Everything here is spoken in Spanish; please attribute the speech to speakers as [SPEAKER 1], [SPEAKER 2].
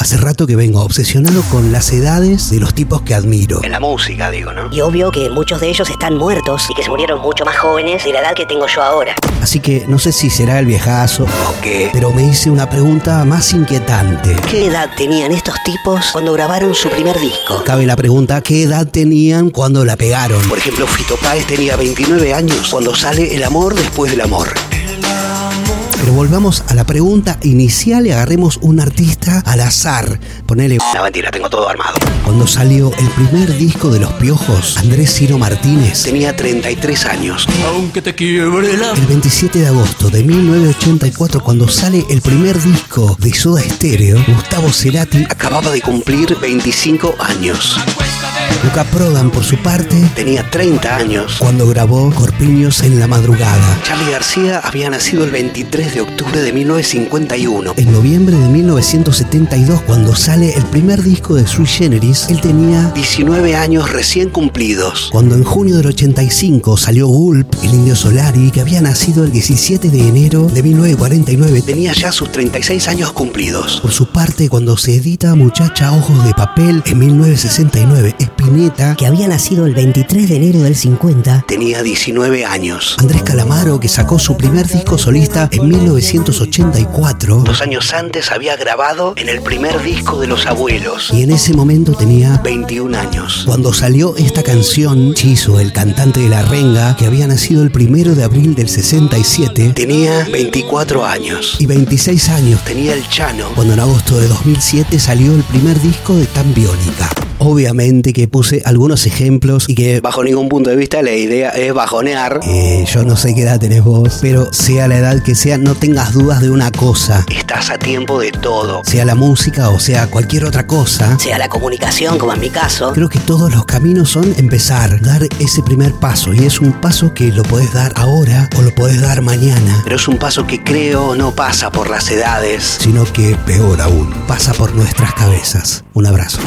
[SPEAKER 1] Hace rato que vengo obsesionado con las edades de los tipos que admiro.
[SPEAKER 2] En la música, digo, ¿no?
[SPEAKER 3] Y obvio que muchos de ellos están muertos y que se murieron mucho más jóvenes de la edad que tengo yo ahora.
[SPEAKER 1] Así que no sé si será el viejazo o qué, pero me hice una pregunta más inquietante.
[SPEAKER 3] ¿Qué edad tenían estos tipos cuando grabaron su primer disco?
[SPEAKER 1] Cabe la pregunta, ¿qué edad tenían cuando la pegaron?
[SPEAKER 2] Por ejemplo, Fito Páez tenía 29 años cuando sale El amor después del amor.
[SPEAKER 1] Pero volvamos a la pregunta inicial y agarremos un artista al azar. Ponele...
[SPEAKER 2] La mentira, tengo todo armado.
[SPEAKER 1] Cuando salió el primer disco de Los Piojos, Andrés Ciro Martínez,
[SPEAKER 2] Tenía 33 años.
[SPEAKER 4] Aunque te quiebre la...
[SPEAKER 1] el 27 de agosto de 1984, cuando sale el primer disco de Soda Stereo, Gustavo Cerati,
[SPEAKER 2] Acababa de cumplir 25 años.
[SPEAKER 1] Luca Prodan por su parte,
[SPEAKER 2] Tenía 30 años.
[SPEAKER 1] cuando grabó Corpiños en la madrugada.
[SPEAKER 2] Charlie García había nacido el 23 de octubre de 1951.
[SPEAKER 1] En noviembre de 1972, cuando sale el primer disco de Sui Generis, él tenía
[SPEAKER 2] 19 años recién cumplidos.
[SPEAKER 1] Cuando en junio del 85 salió Gulp, el indio Solari, que había nacido el 17 de enero de 1949,
[SPEAKER 2] Tenía ya sus 36 años cumplidos.
[SPEAKER 1] por su parte, cuando se edita Muchacha Ojos de Papel en 1969, Espineta,
[SPEAKER 3] Que había nacido el 23 de enero del 50.
[SPEAKER 2] Tenía 19 años.
[SPEAKER 1] Andrés Calamaro, que sacó su primer disco solista en 1984,
[SPEAKER 2] Dos años antes había grabado en el primer disco de Los Abuelos.
[SPEAKER 1] y en ese momento tenía
[SPEAKER 2] 21 años.
[SPEAKER 1] Cuando salió esta canción, Chizo, el cantante de la renga, que había nacido el primero de abril del 67,
[SPEAKER 2] Tenía 24 años.
[SPEAKER 1] y 26 años
[SPEAKER 2] Tenía el Chano.
[SPEAKER 1] cuando en agosto de 2007 salió el primer disco de Tan Biónica. Obviamente que puse algunos ejemplos y que
[SPEAKER 2] Bajo ningún punto de vista la idea es bajonear.
[SPEAKER 1] eh, yo no sé qué edad tenés vos, pero sea la edad que sea, no tengas dudas de una cosa,
[SPEAKER 2] Estás a tiempo de todo.
[SPEAKER 1] sea la música o sea cualquier otra cosa.
[SPEAKER 3] Sea la comunicación, como en mi caso.
[SPEAKER 1] Creo que todos los caminos son empezar, dar ese primer paso y es un paso que lo podés dar ahora o lo podés dar mañana,
[SPEAKER 2] Pero es un paso que creo no pasa por las edades.
[SPEAKER 1] sino que peor aún, pasa por nuestras cabezas. Un abrazo.